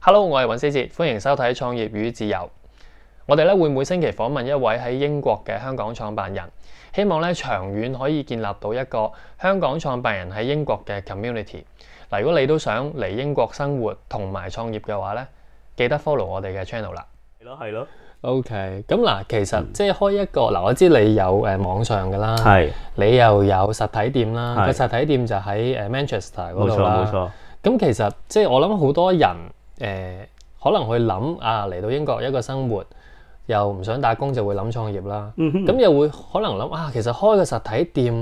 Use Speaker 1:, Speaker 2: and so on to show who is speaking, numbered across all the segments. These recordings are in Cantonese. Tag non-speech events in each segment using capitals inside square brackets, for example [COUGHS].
Speaker 1: Hello，我係尹思哲，歡迎收睇《創業與自由》。我哋咧會每星期訪問一位喺英國嘅香港創辦人，希望咧長遠可以建立到一個香港創辦人喺英國嘅 community。嗱，如果你都想嚟英國生活同埋創業嘅話咧，記得 follow 我哋嘅 channel 啦。嗯
Speaker 2: 係咯，係咯，
Speaker 1: OK，咁嗱，其實即係開一個嗱，我知你有誒網上噶啦，
Speaker 2: 係
Speaker 1: 你又有實體店啦，
Speaker 2: 係
Speaker 1: 個實體店就喺誒 Manchester
Speaker 2: 冇
Speaker 1: 嗰
Speaker 2: 錯
Speaker 1: 度啦。
Speaker 2: 冇錯，
Speaker 1: 咁其實即係我諗好多人誒、呃可能去諗啊嚟到英國一個生活，又唔想打工就會諗創業啦。
Speaker 2: 嗯哼
Speaker 1: 咁、又會可能諗啊，其實開個實體
Speaker 2: [COUGHS]
Speaker 1: 店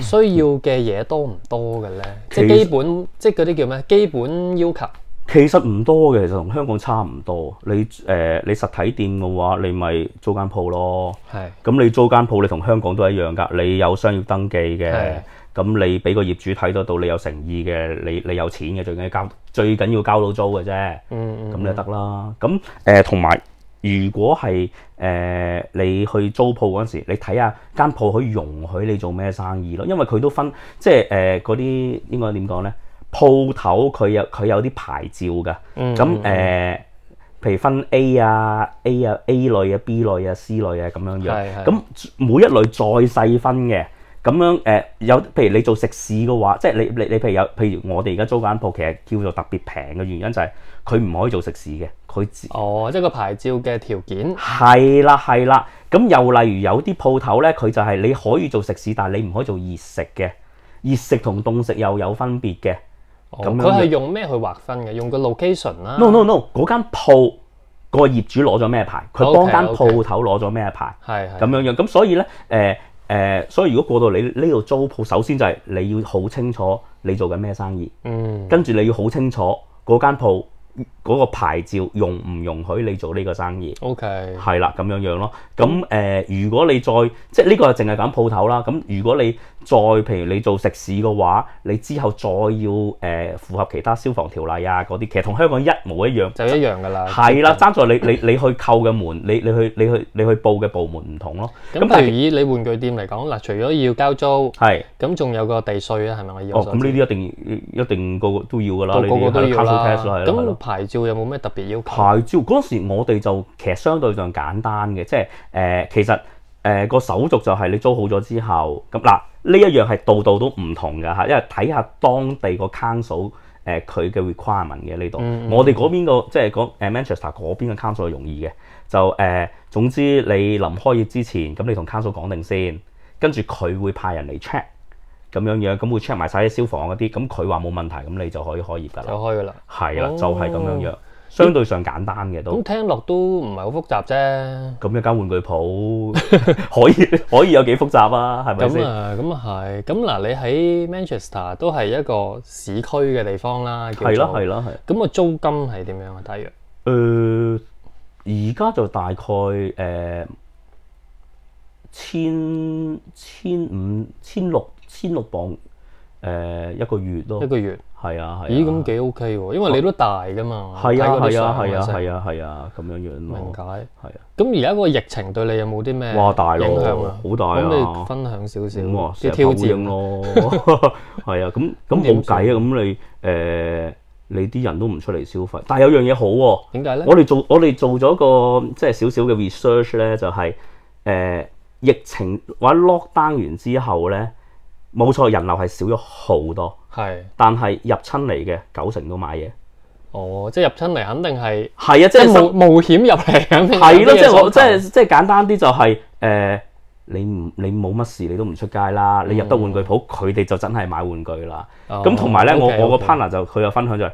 Speaker 1: 需要嘅嘢多唔多嘅咧？即係
Speaker 2: 其實
Speaker 1: 基本，即係嗰啲叫咩？基本要求。
Speaker 2: 其實唔多嘅，其實同香港差唔多。你誒、呃你實體店嘅話，你咪租間鋪咯。
Speaker 1: 係
Speaker 2: 咁你租間鋪，你同香港都一樣㗎。你有商業登記
Speaker 1: 係
Speaker 2: 嘅，咁你俾個業主睇得到你有誠意嘅，你你有錢嘅，最緊要交最緊要交到租嘅啫。
Speaker 1: 嗯
Speaker 2: 咁你就得啦。咁誒同埋，如果係誒、呃你去租鋪嗰陣時，你睇下間鋪可以容許你做咩生意咯，因為佢都分即係誒嗰啲應該點講咧？鋪頭佢有佢有啲牌照㗎，
Speaker 1: 嗯
Speaker 2: 咁誒、呃譬如分 A 啊、A 啊、A 類啊、B 類啊、C 類啊咁樣
Speaker 1: 係係
Speaker 2: 樣，咁每一類再細分嘅。咁樣誒、呃有譬如你做食肆嘅話，即係你你你譬如有譬如我哋而家租間鋪，其實叫做特別平嘅原因就係佢唔可以做食肆嘅，佢自
Speaker 1: 哦，即係個牌照嘅條件。
Speaker 2: 係啦係啦。咁又例如有啲鋪頭咧，佢就係你可以做食肆，但係你唔可以做熱食嘅。熱食同凍食又有分別嘅。
Speaker 1: 哦
Speaker 2: 咁樣
Speaker 1: 佢係用咩去劃分嘅？用個 location 啦。
Speaker 2: no no no，嗰間鋪個業主攞咗咩牌，佢幫
Speaker 1: OK，
Speaker 2: 間
Speaker 1: OK
Speaker 2: 鋪頭攞咗咩牌。
Speaker 1: 係係
Speaker 2: 咁樣樣。咁所以咧，誒、誒、所以如果過到你呢度租鋪，首先就係你要好清楚你做緊咩生意，
Speaker 1: 嗯
Speaker 2: 跟住你要好清楚嗰間鋪嗰個牌照容唔容許你做呢個生意。
Speaker 1: OK
Speaker 2: 係啦，咁樣樣咯。咁誒、呃如果你再即係呢個淨係講鋪頭啦。咁如果你再譬如你做食肆嘅話，你之後再要誒、呃符合其他消防條例啊嗰啲，其實同香港一模一樣。
Speaker 1: 就一樣㗎啦。
Speaker 2: 啊係啦，爭在你你你去扣嘅門，你你去你去你去報嘅部門唔同咯。
Speaker 1: 咁
Speaker 2: 咁但
Speaker 1: 譬如
Speaker 2: 係
Speaker 1: 以你玩具店嚟講，嗱，除咗要交租。
Speaker 2: 係。
Speaker 1: 咁仲有個地税啊，係咪我要？
Speaker 2: 哦，咁呢啲一定一定個個都要噶啦，
Speaker 1: 個
Speaker 2: 呢
Speaker 1: 個個
Speaker 2: 啲
Speaker 1: 都
Speaker 2: 係
Speaker 1: 要
Speaker 2: council
Speaker 1: 啦。
Speaker 2: tax 啦，係啦係
Speaker 1: 咁
Speaker 2: 啦。
Speaker 1: 牌照有冇咩特別要求？
Speaker 2: 牌照嗰陣時，我哋就其實相對上簡單嘅，即係誒、呃其實誒個、手續就係你租好咗之後，咁嗱呢一樣係度度都唔同㗎嚇，因為睇下當地個 council 誒佢嘅 requirement 嘅呢度。
Speaker 1: 嗯
Speaker 2: 我哋嗰邊個即係講誒 Manchester 嗰邊嘅 council 係容易嘅，就誒、呃、總之你臨開業之前，咁你同 council 講定先，跟住佢會派人嚟 check。咁樣樣，咁會 check 埋晒啲消防嗰啲，咁佢話冇問題，咁你就可以開業㗎
Speaker 1: 就
Speaker 2: 啦。
Speaker 1: 開噶啦。
Speaker 2: 係啦，
Speaker 1: 哦
Speaker 2: 就係咁樣樣，相對上簡單嘅都
Speaker 1: 咁。聽落都唔係好複雜啫。
Speaker 2: 咁一間玩具鋪 [LAUGHS] 可以可以有幾複雜啊？係咪
Speaker 1: 咁
Speaker 2: 先？
Speaker 1: 啊，咁啊係。咁嗱，你喺 Manchester 都係一個市區嘅地方啦，叫
Speaker 2: 係啦
Speaker 1: 做。
Speaker 2: 係啦係。
Speaker 1: 咁個租金係點樣啊？大約
Speaker 2: 誒，而家、就大概誒、呃千千五千六千六磅誒、呃一個月咯
Speaker 1: 一。個月？
Speaker 2: 係啊係啊。
Speaker 1: 咦，咁幾 OK 喎，因為你都大噶嘛。
Speaker 2: 係啊
Speaker 1: 睇嗰啲
Speaker 2: 係啊
Speaker 1: 相
Speaker 2: 係啊
Speaker 1: 成
Speaker 2: 係啊係啊咁樣樣
Speaker 1: 明
Speaker 2: 咯。
Speaker 1: 解。
Speaker 2: 係啊。
Speaker 1: 咁而家個疫情對你有冇啲咩
Speaker 2: 哇大
Speaker 1: 影響
Speaker 2: 咯
Speaker 1: 啊，？
Speaker 2: 好大
Speaker 1: 咁你
Speaker 2: 啊！
Speaker 1: 分享少少
Speaker 2: 咁啊，
Speaker 1: 啲
Speaker 2: 成
Speaker 1: 挑
Speaker 2: 日
Speaker 1: 戰
Speaker 2: 應
Speaker 1: 啊
Speaker 2: 咯，係啊，咁咁冇計啊，咁你誒、你啲人都唔出嚟消費，但係有樣嘢好喎、
Speaker 1: 點解咧？
Speaker 2: 我哋做我哋做咗個即係少少嘅 research 咧，就係、誒、疫情或者 lockdown 完之後咧，冇錯人流係少咗好多，
Speaker 1: 係，
Speaker 2: 但係入親嚟嘅九成都買嘢，
Speaker 1: 哦，即係入親嚟肯定係，
Speaker 2: 係啊，
Speaker 1: 即
Speaker 2: 即
Speaker 1: 係
Speaker 2: 係
Speaker 1: 冒冒險入
Speaker 2: [LAUGHS]
Speaker 1: 嚟肯定
Speaker 2: 係
Speaker 1: 有啲
Speaker 2: 咯，
Speaker 1: 嘢
Speaker 2: 即係
Speaker 1: 想
Speaker 2: 我即係
Speaker 1: 做
Speaker 2: 即係簡單啲就係、誒。你唔你冇乜事，你都唔出街啦。你入得玩具鋪，佢哋就真係買玩具啦。
Speaker 1: 嗯哦
Speaker 2: 咁同埋咧，我
Speaker 1: OK，
Speaker 2: 我個
Speaker 1: OK
Speaker 2: partner 就佢有分享就係、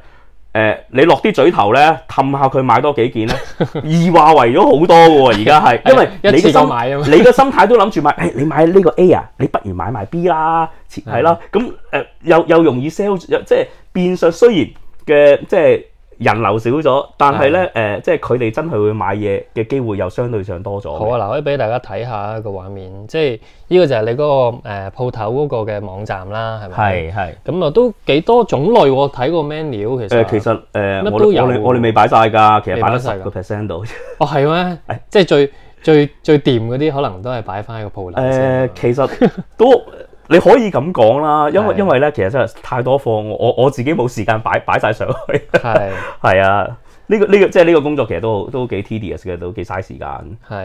Speaker 2: 誒你落啲嘴頭咧，氹下佢買多幾 [LAUGHS] 件咧，易話為咗好多嘅喎，而
Speaker 1: [LAUGHS]
Speaker 2: 家係，因為
Speaker 1: 係
Speaker 2: 你
Speaker 1: 一次
Speaker 2: 嘅
Speaker 1: 過
Speaker 2: 心
Speaker 1: 買啊嘛
Speaker 2: 你嘅心態都諗住買，誒、哎你買呢個 A 啊，你不如買埋 B 啦，切
Speaker 1: 嗯
Speaker 2: 係啦，咁誒、又又容易 sell，又即係變相雖然嘅即係人流少咗，但係咧誒，即係佢哋真係會買嘢嘅機會又相對上多咗嘅。
Speaker 1: 好啊，嗱，可以俾大家睇下個畫面，即係呢個就係你嗰個誒鋪頭嗰個嘅網站啦，係咪？。
Speaker 2: 係係。
Speaker 1: 咁啊，都幾多種類喎？睇個 menu
Speaker 2: 誒、
Speaker 1: 其實。
Speaker 2: 呃其。實誒、
Speaker 1: 乜
Speaker 2: 我
Speaker 1: 都
Speaker 2: 哋
Speaker 1: 有
Speaker 2: 我哋我哋未擺晒㗎，其實擺
Speaker 1: 未擺
Speaker 2: 得
Speaker 1: 晒
Speaker 2: 十個 percent
Speaker 1: [LAUGHS]
Speaker 2: 度。
Speaker 1: 哦，係咩？即係最最最掂嗰啲，可能都係擺翻喺個鋪頭
Speaker 2: 誒、
Speaker 1: 先。
Speaker 2: 呃其實都你可以咁講啦，因為
Speaker 1: 係
Speaker 2: 因為咧，其實真係太多貨，我我我自己冇時間擺擺曬上去。
Speaker 1: 係
Speaker 2: 係啊，呢、個呢、個即係呢個工作其實都都幾 tedious 嘅，都幾嘥時間。
Speaker 1: 係。